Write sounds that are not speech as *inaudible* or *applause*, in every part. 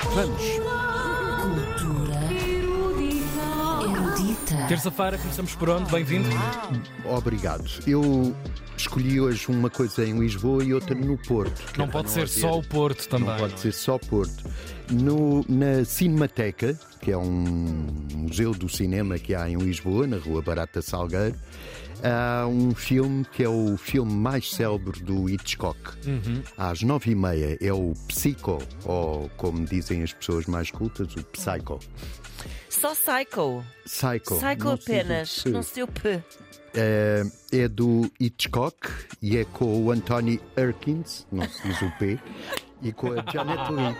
Vamos. Cultura erudita. Terça-feira, começamos por onde? Bem-vindo. Obrigado. Eu escolhi hoje uma coisa em Lisboa e outra no Porto. Não pode ser só o Porto também. Não pode ser só Porto. No- na Cinemateca, que é um museu do cinema que há em Lisboa, na Rua Barata Salgueiro, há um filme que é o filme mais célebre do Hitchcock. Às nove e meia é o Psycho, ou como dizem as pessoas mais cultas, o Psycho. Só Psycho. Psycho. Psycho Não sei do apenas. que- Não sei o P. É, é do Hitchcock e é com o Anthony Erkins, não se diz o P, e com a Janet Leigh.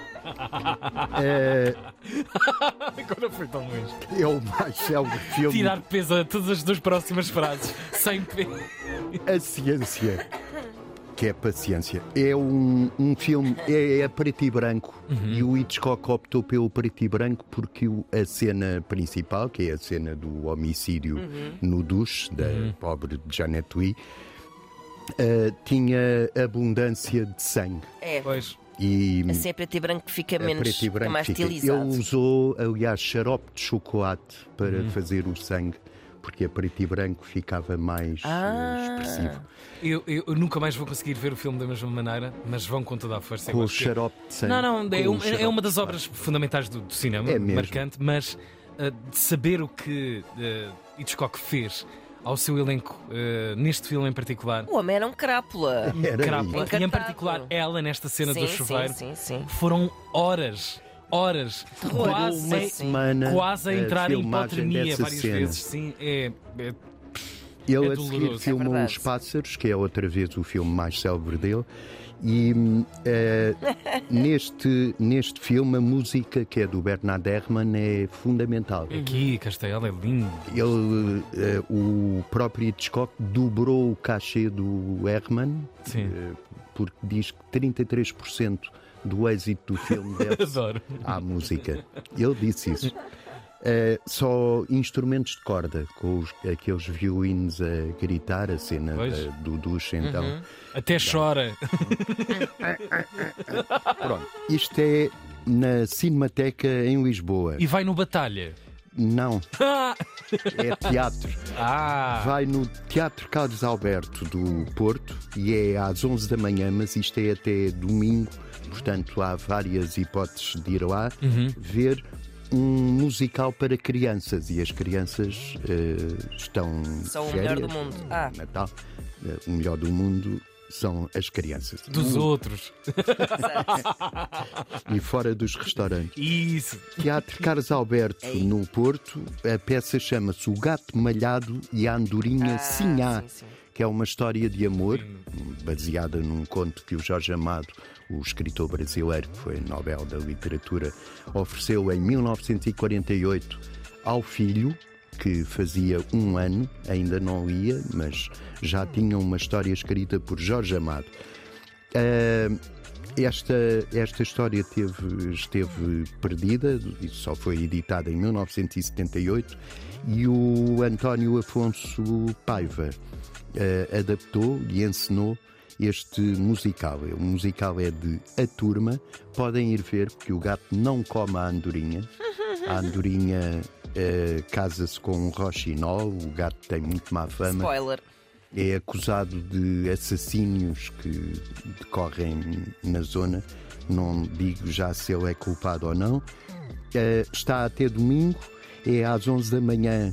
Agora foi tão longe. É o mais célebre filme. Tirar peso a todas as duas próximas frases. Sem peso. A ciência. Que é paciência. É um, um filme, é, é preto e branco. E o Hitchcock optou pelo preto e branco porque o- a cena principal, que é a cena do homicídio no duche, da pobre Janet Lee, eh, tinha abundância de sangue. É. Pois. E, Assim é preto e branco que fica É menos. preto e branco fica mais fica. estilizado. Uhum. Ele usou, aliás, xarope de chocolate para fazer o sangue, porque a preto e branco ficava mais eh, Ah. expressivo. Eu, eu- eu nunca mais vou conseguir ver o filme da mesma maneira, mas vão com toda a força. Eu Com o acho que- xarope de sangue. Não, não, é, Com o um- é xarope de uma das chocolate. obras fundamentais do, do cinema, É mesmo. marcante, mas ah, de saber o que ah, Hitchcock fez ao seu elenco, ah, neste filme em particular, O homem era um crápula. Era Crápula, isso. e em Encantado. particular ela nesta cena sim, do chuveiro, sim, sim, sim. foram horas, horas, Demorou Parou quase, uma sim. semana quase a entrar em filmagem hipotermia dessa várias cena. vezes. Sim, é, é Ele É a seguir doloroso. filmou É Os verdade. Pássaros, que é outra vez o filme mais célebre dele. E hum, *laughs* eh, neste, neste filme, a música que é do Bernard Herrmann é fundamental. aqui, Castelo, é lindo. *laughs* Ele, eh, o próprio Hitchcock dobrou o cachê do Herman, Sim. eh, porque diz que 33% do êxito do filme deve *laughs* Adoro. à música. Ele disse isso. Eh, só instrumentos de corda, com os- aqueles violinos a gritar, a cena Pois. Uhum. da- do duche, então. Até chora. Pronto, isto é na Cinemateca em Lisboa. E vai no Batalha. Não, *laughs* é teatro. ah! Vai no Teatro Carlos Alberto do Porto e é às 11 da manhã, mas isto é até domingo, portanto há várias hipóteses de ir lá ver um musical para crianças e as crianças eh, estão São o férias, melhor do mundo. Ah. Natal, eh, o melhor do mundo são as crianças Dos outros. e fora dos restaurantes. Isso. Teatro Carlos Alberto É no Porto, a peça chama-se O Gato Malhado e a Andorinha Ah, Sinhá. sim, sim. que é uma história de amor baseada num conto que o Jorge Amado, o escritor brasileiro que foi Nobel da Literatura, ofereceu em 1948 ao filho, que fazia um ano, ainda não lia, mas já tinha uma história escrita por Jorge Amado. Ah, esta, esta história teve, esteve perdida, e só foi editada em 1978, e o António Afonso Paiva eh, adaptou e ensinou este musical. O musical é de A Turma. Podem ir ver, porque o gato não come a andorinha. A andorinha eh, casa-se com um roxinol, o gato tem muito má fama Spoiler. é acusado de assassínios que decorrem na zona. Não digo já se ele é culpado ou não. Eh, está até domingo, é às 11 da manhã.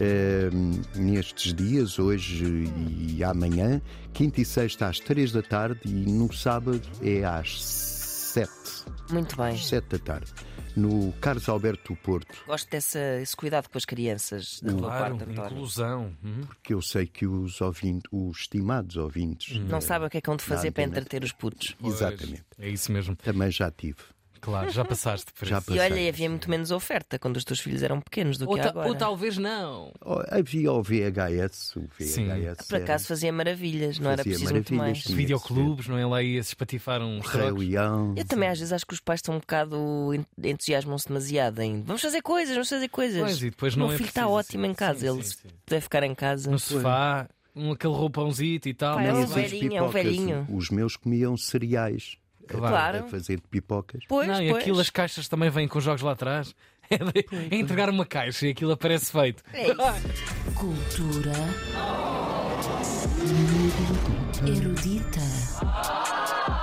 eh, nestes dias, hoje e amanhã, quinta e sexta às três da tarde e no sábado é às sete, Muito bem. sete da tarde, no Carlos Alberto do Porto, Gosto desse esse cuidado com as crianças da tua Claro, parte, António. inclusão. Hum. que eu sei que os ouvintes, os estimados ouvintes, Não sabem o que é que hão de fazer para entendo. entreter os putos. exatamente, Pois, É isso mesmo. também já tive. Claro, já passaste por Já isso. passei. E olha, havia muito menos oferta quando os teus filhos eram pequenos do que Ou, há ta- agora. ou talvez não. Oh, Havia o VHS, o VHS. Sim. Por acaso fazia maravilhas, não era Fazia preciso muito maravilhas, mais. sim. Videoclubes, não é? Lá um ia se espatifaram uns Rei trocos. Leão. Eu também às vezes acho que os pais estão um bocado en- entusiasmam-se demasiado em vamos fazer coisas, vamos fazer coisas. Pois, e depois o meu não é filho está preciso, ótimo sim. em casa, Sim, ele sim, sim. deve ficar em casa. No sofá, um, aquele roupãozito e tal. Pá, é mas um Essas vai- velhinho, é um pipocas, velhinho. Os meus comiam cereais. a- Claro. a fazer de pipocas. Pois, não, e pois. aquilo as caixas também vêm com jogos lá atrás. *laughs* É, de- é entregar uma caixa e aquilo aparece feito. É isso. Cultura erudita.